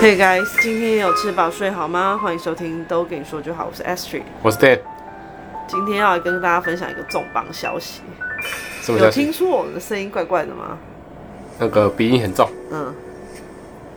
Hey guys，今天有吃饱睡好吗？欢迎收听都跟你说就好，我是 Astrid。我是 Dad，今天要来跟大家分享一个重磅消息。什么有消息听？出我们的声音怪怪的吗？那个鼻音很重，嗯，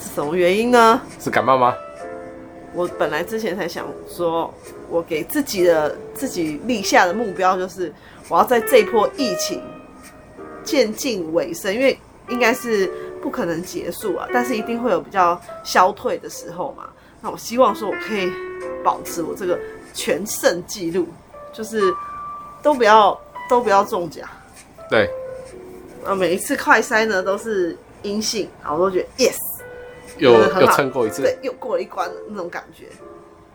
是什么原因呢？是感冒吗？我本来之前才想说，我给自己的自己立下的目标就是，我要在这波疫情渐近尾声，因为应该是不可能结束啊，但是一定会有比较消退的时候嘛。那我希望说我可以保持我这个全胜记录，就是都不要都不要中奖。对，啊，每一次快筛呢都是阴性，然后我都觉得 yes，又就是呃很又好撑过一次，对，又过了一关的那种感觉。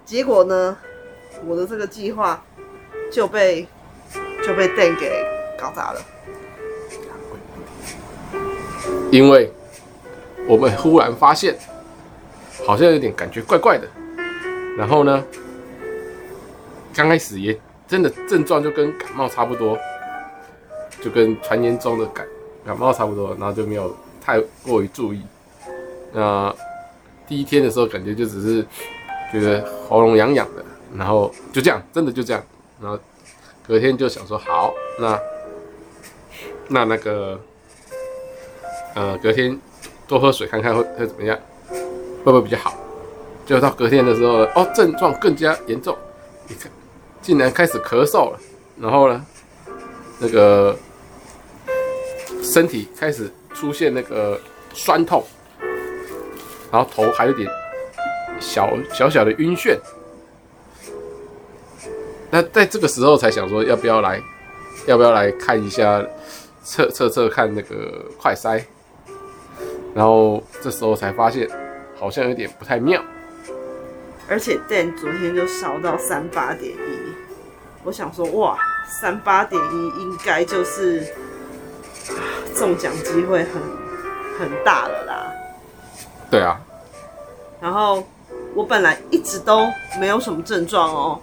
结果呢，我的这个计划就被就被 Dan 给搞砸了。因为我们忽然发现，好像有点感觉怪怪的。然后呢，刚开始也真的症状就跟感冒差不多，就跟传言中的感感冒差不多，然后就没有太过于注意。那第一天的时候，感觉就只是觉得喉咙痒痒的，然后就这样，真的就这样。然后隔天就想说，好，那那那个呃，隔天多喝水看看会会怎么样，会不会比较好？结果到隔天的时候呢，哦，症状更加严重，你看，竟然开始咳嗽了，然后呢，那个身体开始出现那个酸痛，然后头还有点小小小的晕眩。那在这个时候才想说，要不要来，要不要来看一下测测测看那个快筛，然后这时候才发现好像有点不太妙。而且 Dan 昨天就烧到三八点一，我想说哇，三八点一应该就是啊中奖机会很很大了啦。对啊，然后我本来一直都没有什么症状哦，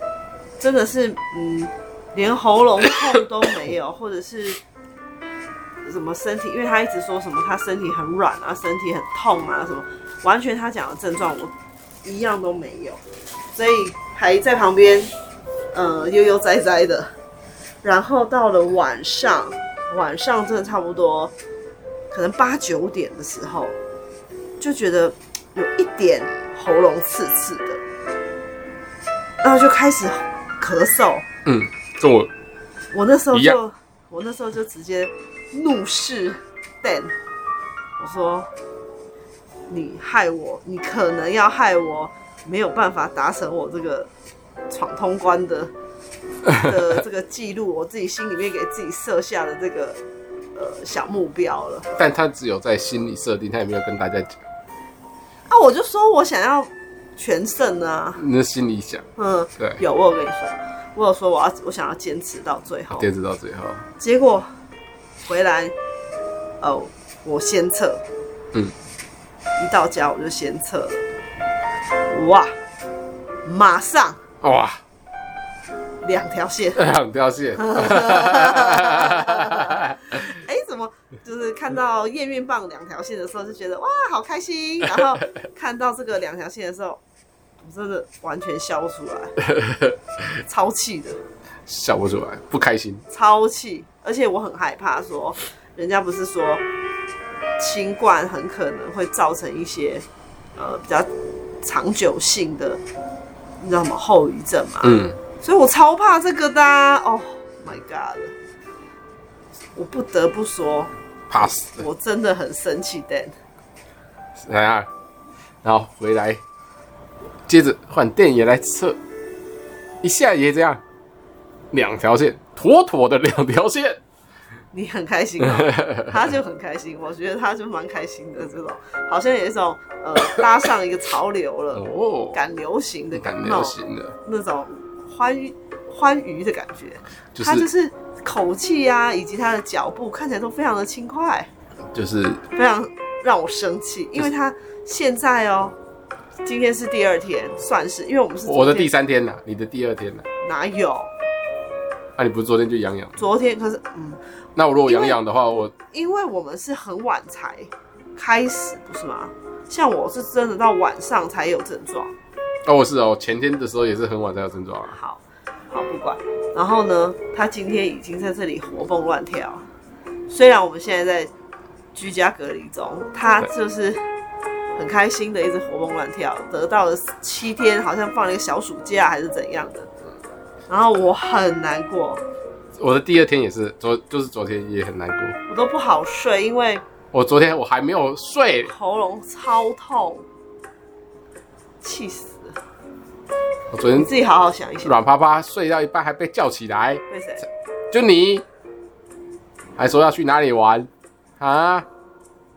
真的是嗯，连喉咙痛都没有，或者是什么身体，因为他一直说什么他身体很软啊，身体很痛啊什么，完全他讲的症状我一样都没有，所以还在旁边呃悠悠哉哉的。然后到了晚上，晚上真的差不多可能八九点的时候，就觉得有一点喉咙刺刺的，然后就开始咳嗽。嗯，跟我我那时候一就样，我那时候就直接怒视 Dan，我说：“你害我，你可能要害我，没有办法达成我这个闯通关 的的这个记录，我自己心里面给自己设下的这个呃小目标了。”但他只有在心里设定，他也没有跟大家讲，啊，我就说我想要全胜啊，那心里想，嗯，对，有，我有跟你说，我有说我要我想要坚持到最后，坚持到最后，结果回来，哦，我先测，嗯，一到家我就先测了，哇，马上哇，，两条线很掉线，哎，怎么就是看到验孕棒两条线的时候就觉得哇好开心，然后看到这个两条线的时候，我真的完全笑不出来，超气的。 笑不出来，不开心，超气，而且我很害怕说，人家不是说新冠很可能会造成一些呃比较长久性的，你知道什么后遗症嘛？嗯，所以我超怕这个的、啊。哦、my god！我不得不说，怕死，我真的很生气，Dan。哎呀，然后回来，接着换电也来测，一下也这样，两条线，妥妥的两条线。你很开心、 哦，他就很开心，我觉得他就蛮开心的，这种好像有一种呃搭上一个潮流了，哦，赶流行的感感冒流。行的，那种欢愉欢愉的感觉，就他就是是口气啊，以及他的脚步看起来都非常的轻快，就是非常让我生气，因为他现在哦，今天是第二天，算是因为我们是我的昨天第三天了，你的第二天了。哪有那、你不是昨天就痒痒？昨天，可是嗯，那我如果痒痒的话，我因为我们是很晚才开始，不是吗？像我是真的到晚上才有症状。哦，我是哦，前天的时候也是很晚才有症状啊。好，好不管。然后呢，他今天已经在这里活蹦乱跳。虽然我们现在在居家隔离中，他就是很开心的一直活蹦乱跳，得到了七天，好像放了一个小暑假还是怎样的。然后我很难过，我的第二天也是，昨就是昨天也很难过。我都不好睡，因为我昨天我还没有睡，喉咙超痛，气死了！我昨天你自己好好想一想，软趴趴睡到一半还被叫起来，被谁？就你，还说要去哪里玩啊？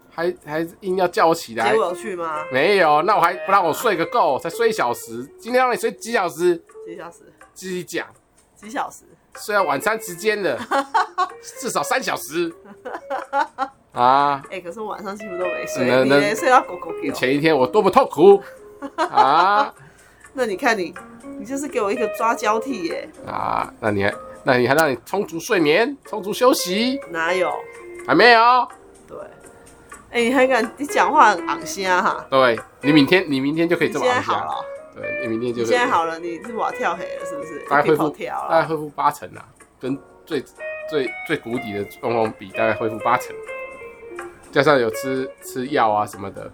还还硬要叫我起结来？果有去吗？没有，那我还不让我睡个够，才睡一小时。今天让你睡几小时？几小时？自己讲，几小时？睡到晚餐时间 了，至少三小时啊！哎、可是晚上几乎都没睡，那你那连睡到狗哦狗叫。前一天我多么痛苦啊那你看你，你就是给我一个抓交替耶，啊！那你还那你还让你充足睡眠、充足休息，哪有？还没有？对，哎、你还敢？你讲话很昂心啊哈！对你明天你明天就可以你这现么在安好下，了，对你明天就你可现以在好了，你是瓦跳黑了是不是？大概你恢跑复跳大概了，恢复八成啊，跟最最最谷底的状况比，大概恢复八成，加上有吃吃药啊什么的，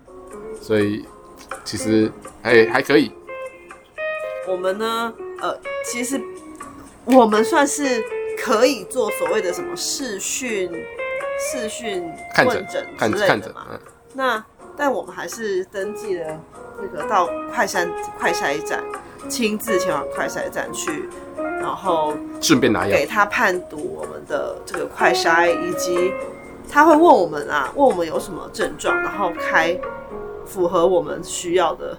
所以其实还还可以。我们呢，呃，其实我们算是可以做所谓的什么视讯、视讯看问诊诊之看类看的诊，嘛。嗯，那但我们还是登记了那个到快筛快筛站，亲自前往快筛站去，然后顺便拿药给他判读我们的这个快筛，以及他会问我们啊，问我们有什么症状，然后开符合我们需要的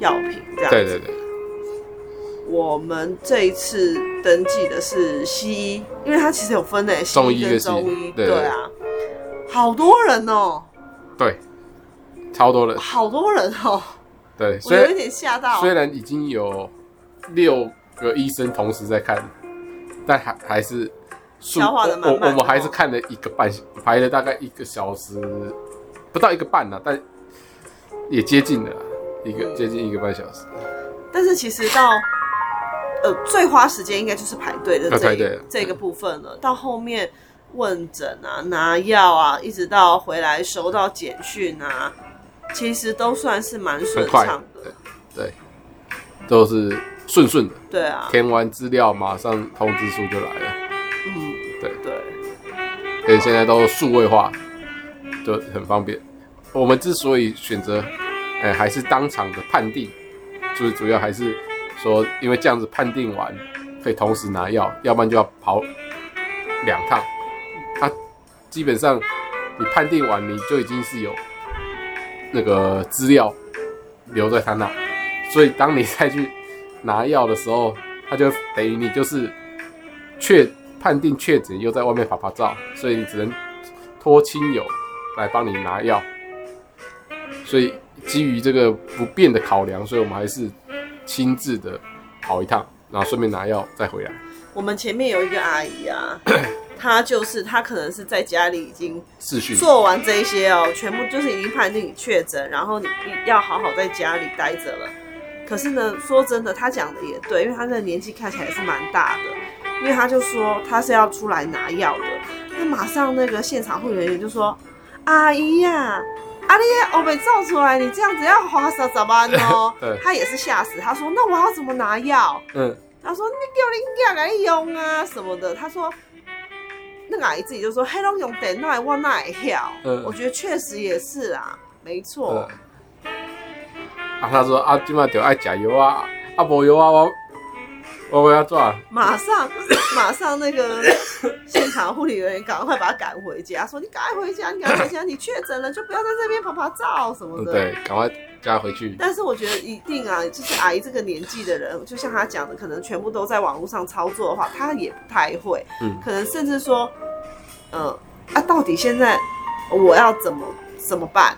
药品这样子。对对对，我们这一次登记的是西医，因为它其实有分诶，西中医医跟跟西医中医，对对啊，好多人哦、超多人，好多人哦、对，我虽有一然点吓到。虽然已经有六个医生同时在看，但还还是数。消化得满我我满我们还是哦看了一个半小，排了大概一个小时，不到一个半呢、但也接近了啦，一个嗯接近一个半小时。但是其实到呃最花时间应该就是排队的要这啊排一队这个部分了。到后面问诊啊、拿药啊，一直到回来收到简讯啊，其实都算是蛮顺很快畅的。对，都是顺顺的，对啊，填完资料马上通知书就来了，嗯，对对，所以现在都数位化，就很方便。我们之所以选择，哎、还是当场的判定，就是主要还是说，因为这样子判定完可以同时拿药，要不然就要跑两趟。它基本上你判定完，你就已经是有那个资料留在他那，所以当你再去拿药的时候，他就等于你就是确判定确诊，又在外面拍拍照，所以你只能托亲友来帮你拿药。所以基于这个不变的考量，所以我们还是亲自的跑一趟，然后顺便拿药再回来。我们前面有一个阿姨啊，她就是她可能是在家里已经视讯做完这一些哦，全部就是已经判定你确诊，然后你要好好在家里待着了。可是呢，说真的，他讲的也对，因为他那个年纪看起来也是蛮大的，因为他就说他是要出来拿药的，那马上那个现场护理人员就说：“阿姨哦呀、阿丽我被照出来，你这样子要花啥咋办哦对？”他也是吓死，他说：“那我要怎么拿药？”嗯，他说：“你叫人家来用啊什么的。”他说：“那个阿姨自己就说，黑龙用电脑，我哪会晓？”嗯我觉得确实也是啊，没错。嗯啊，他说啊，今晚就爱加油啊，啊无油啊，我我我要做啊，马上 马上那个 现场护理人员赶快把他赶回家，说：“你赶快回家，你赶快回家，你确诊了就不要在这边拍拍照什么嗯的。”对，赶快加回去。但是我觉得一定啊，就是阿姨这个年纪的人，就像她讲的，可能全部都在网络上操作的话，她也不太会，嗯可能甚至说，呃，啊，到底现在我要怎么怎么办？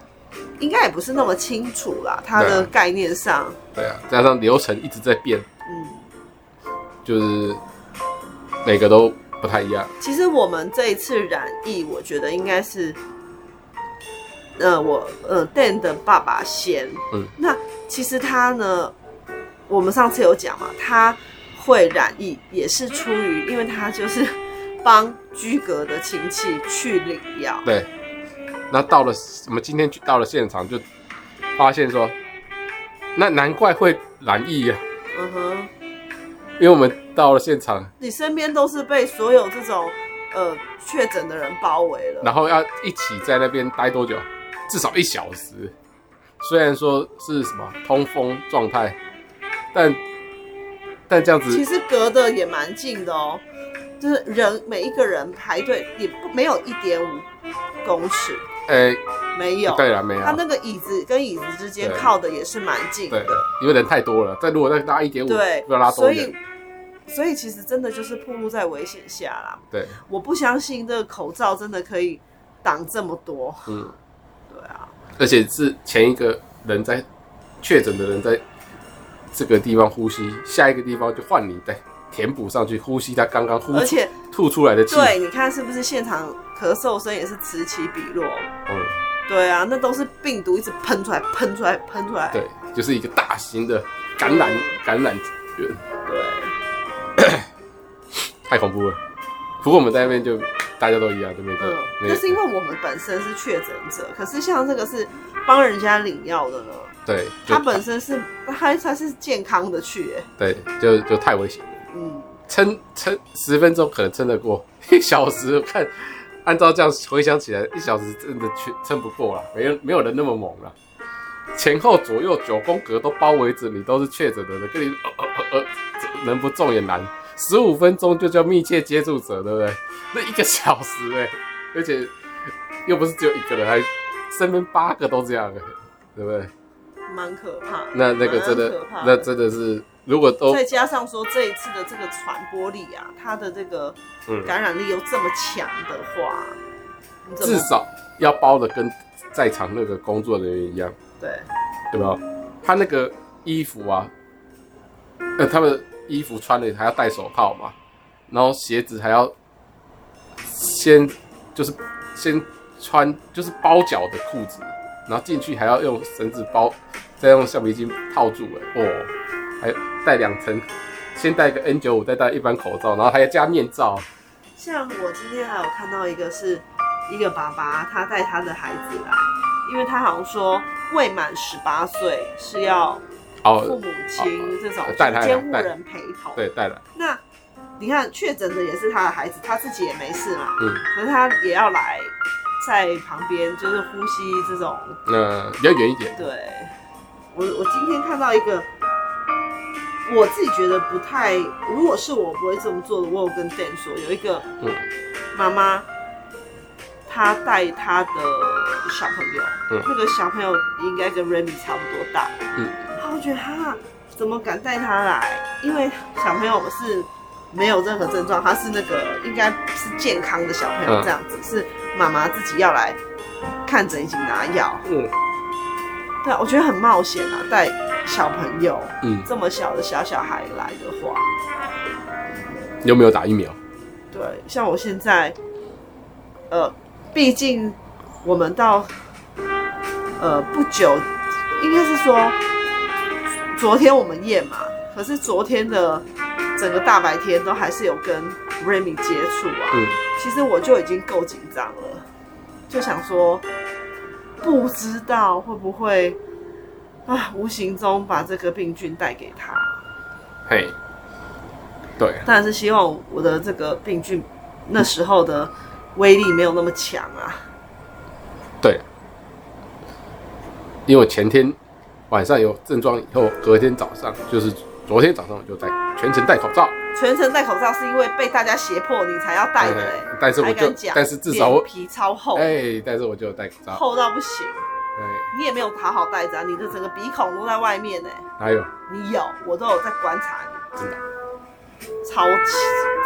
应该也不是那么清楚啦，她的对啊概念上，对啊，加上流程一直在变，嗯，就是每个都不太一样。其实我们这一次染疫，我觉得应该是呃我呃 Dan 的爸爸先，嗯，那其实他呢，我们上次有讲嘛，他会染疫也是出于因为他就是帮居格的亲戚去领药，对，那到了我们今天去到了现场，就发现说，那难怪会染疫啊，嗯哼，因为我们到了现场，你身边都是被所有这种呃确诊的人包围了，然后要一起在那边待多久？至少一小时。虽然说是什么通风状态，但但这样其子实隔的也蛮近的哦，就是人每一个人排队也不没有一点五公尺，哎、没有。对了，没有啊他，那个椅子跟椅子之间对靠的也是蛮近对的，，因为人太多了。再如果再拉一点五，不对知道拉，多所远以。所以其实真的就是暴露在危险下啦。对，我不相信这个口罩真的可以挡这么多。嗯， 对啊，而且是前一个人在确诊的人在这个地方呼吸，下一个地方就换你再填补上去呼吸他刚刚呼而且吐出来的气。对，你看是不是现场咳嗽声也是此起彼落？嗯，对啊，那都是病毒一直喷出来、喷出来、喷出来。对，就是一个大型的感染感染源。对太恐怖了。不过我们在那边就大家都一样，就没嗯得，没那是因为我们本身是确诊者，可是像这个是帮人家领药的呢，对，就他本身是他他是健康的去、欸，对就就太危险了，嗯，撑撑十分钟可能撑得过，一小时我看按照这样回想起来，一小时真的全撑不过了，没有没有人那么猛了。前后左右九宫格都包围着你，都是确诊的人，跟你呃呃呃呃，能不中也难。十五分钟就叫密切接触者，对不对？那一个小时哎、而且又不是只有一个人，还身边八个都这样、欸，对不对？蛮可怕的。那那个真蛮的可怕，那真的是，如果都再加上说这一次的这个传播力啊，它的这个嗯感染力又这么强的话，你怎至么少要包的跟在场那个工作人员一样，对？对吧？他那个衣服啊，呃，他们衣服穿了还要戴手套嘛，然后鞋子还要先就是先穿就是包脚的裤子，然后进去还要用绳子包，再用橡皮筋套住、欸，哦，还有戴两层，先戴个 N 九五，再戴一般口罩，然后还要加面罩。像我今天还有看到一个是一个爸爸，他带他的孩子来，因为他好像说未满十八岁是要哦，父母亲这种哦带他来监护带人陪同。对，带了，那你看确诊的也是他的孩子，他自己也没事嘛，嗯，可是他也要来在旁边就是呼吸这种。那、比较远一点，对，我我今天看到一个，我自己觉得不太，如果是我不会这么做的，我有跟 Dan 说，有一个嗯妈妈，她带她的小朋友，嗯那个小朋友应该跟 Remy 差不多大，嗯，然后我觉得哈，怎么敢带他来？因为小朋友是没有任何症状，他是那个应该是健康的小朋友嗯这样子，是妈妈自己要来看诊以及拿药，嗯对啊，我觉得很冒险啊，带小朋友嗯，这么小的小小孩来的话，有没有打疫苗？对，像我现在，呃，毕竟我们到呃不久，应该是说昨天我们验嘛，可是昨天的整个大白天都还是有跟 Remy 接触啊，嗯其实我就已经够紧张了，就想说不知道会不会啊无形中把这个病菌带给他。嘿，对，当然是希望我的这个病菌那时候的威力没有那么强啊。因为我前天晚上有症状以后，隔天早上就是昨天早上我就戴全程戴口罩，全程戴口罩是因为被大家胁迫你才要戴的、欸哎但是我还就敢讲，但是至少我脸皮超厚，哎，但是我就有戴口罩，厚到不行，哎，你也没有好好戴着、啊，你的整个鼻孔都在外面呢、欸还有 你有，我都有在观察你，真的超气，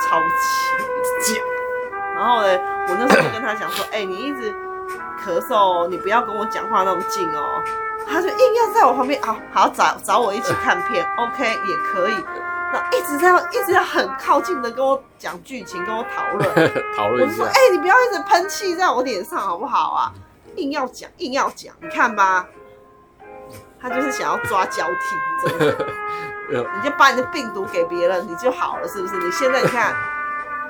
超气。假，然后呢，我那时候就跟他讲说，哎、你一直咳嗽哦，你不要跟我讲话那么近哦。他就硬要在我旁边，好好找找我一起看片，OK 也可以。那一直在一直要很靠近的跟我讲剧情，跟我讨论。讨我论就一说，下哎、，你不要一直喷气在我脸上好不好啊？硬要讲，硬要讲，你看吧，他就是想要抓交替，真的， 没有你就把你的病毒给别人，你就好了，是不是？你现在你看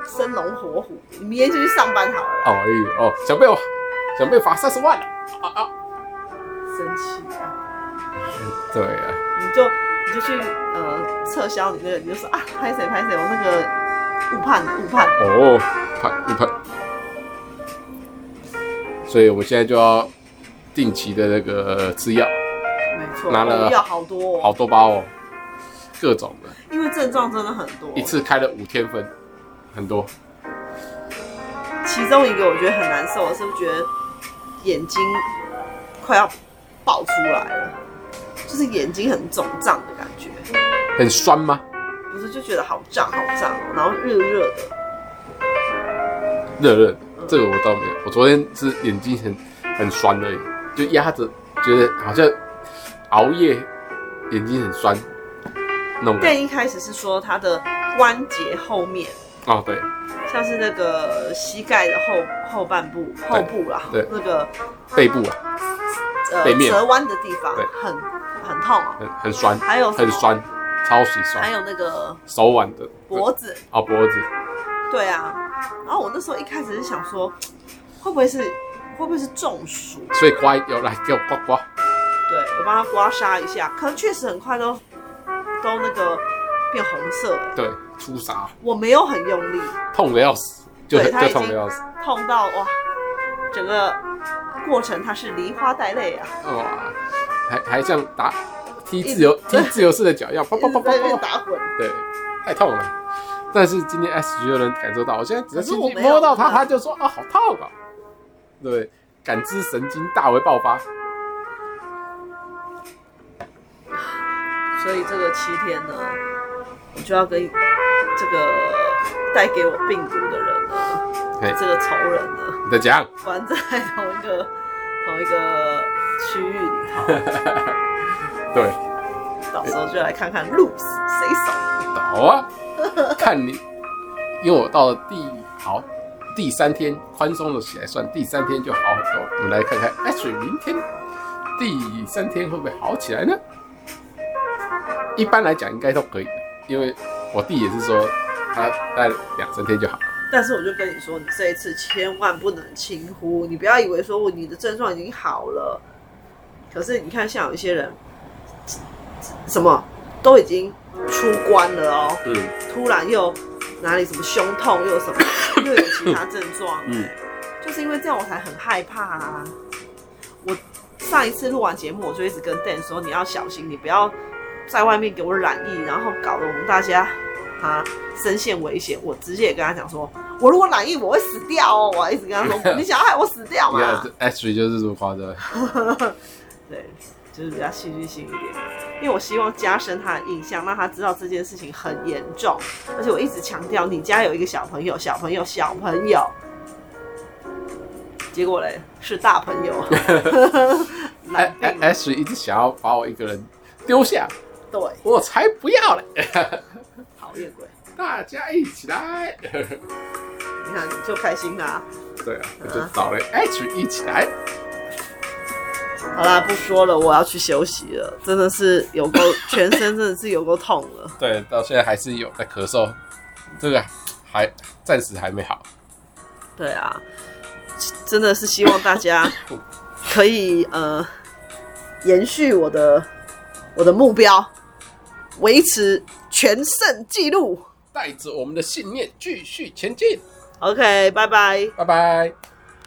生龙活虎，你明天就去上班好了啦，哦，哎呦哦，想被我想被罚三十万了啊啊！生气啊！对啊，你就你就去呃撤销你那个，你就说啊拍谁拍谁，我那个误判误判，哦，判一判，所以我现在就要定期的那个吃药，没错，拿了药好多、哦，好多包哦，各种的，因为症状真的很多，一次开了五天份，很多。其中一个我觉得很难受的是，我觉得眼睛快要爆出来了，就是眼睛很肿胀的感觉，很酸吗？不是就觉得好胀好胀哦，然后热热的，热热的，这个我倒没有。我昨天是眼睛很很酸而已，就压着，觉得好像熬夜眼睛很酸那种感觉。但一开始是说它的关节后面。哦，对，像是那个膝盖的后后半部、后部啦，对那个背部啊，呃背面折弯的地方对很很痛啊，很很酸，还有什么很，酸，超级还酸。有那个手腕的脖子，哦，脖子对啊。然后我那时候一开始是想说，会不会是会不会是中暑？所以刮有来给我刮刮，对我帮他刮痧一下，可能确实很快都都那个变红色了。对，出痧，我没有很用力，痛的要死，就对很他就已经痛的要死，痛到哇，整个过程他是梨花带泪啊，哇，还还像打踢一自由踢直自由式的脚一 样，啪啪一啪直啪在那啪边啪，打滚。对，太痛了。但是今天 S 局就能感受到，我现在只要可是轻我轻没有摸到它，真的它就说啊，好痛啊，对，感知神经大为爆发，所以这个七天呢，我就要跟这个带给我病毒的人嘿呢，这个仇人呢，你在讲，关在同一个同一个区域里头，对，到时候就来看看鹿死谁手。好啊，看你，因为我到了第好第三天宽松了起来算，第三天就好很多。我们来看看 H 明天第三天会不会好起来呢？一般来讲应该都可以的，因为我弟也是说他待两三天就好。但是我就跟你说，你这一次千万不能轻忽，你不要以为说我你的症状已经好了，可是你看像有一些人，什么都已经出关了哦，嗯突然又哪里什么胸痛又什么，又有其他症状，嗯，就是因为这样我才很害怕啊。我上一次录完节目，我就一直跟 Dan 说，你要小心，你不要在外面给我染疫，然后搞得我们大家啊深陷危险。我直接也跟他讲说，我如果染疫，我会死掉哦。我一直跟他说，你想要害我死掉 你看嘛这？H 就是这么夸张。对，就是比较戏剧性一点，因为我希望加深他的印象，让他知道这件事情很严重。而且我一直强调，你家有一个小朋友，小朋友，小朋友。结果嘞，是大朋友， 哎难哎病。 ，H 一直想要把我一个人丢下，对，我才不要嘞！ 讨厌鬼，大家一起来。 你看你就开心啦、对啊，我就找了 H 一起来。好啦，不说了，我要去休息了。真的是有够，全身真的是有够痛了。对，到现在还是有在咳嗽，这个还暂时还没好。对啊，真的是希望大家可以呃延续我的我的目标，维持全胜记录。带着我们的信念继续前进， OK，拜拜。拜拜。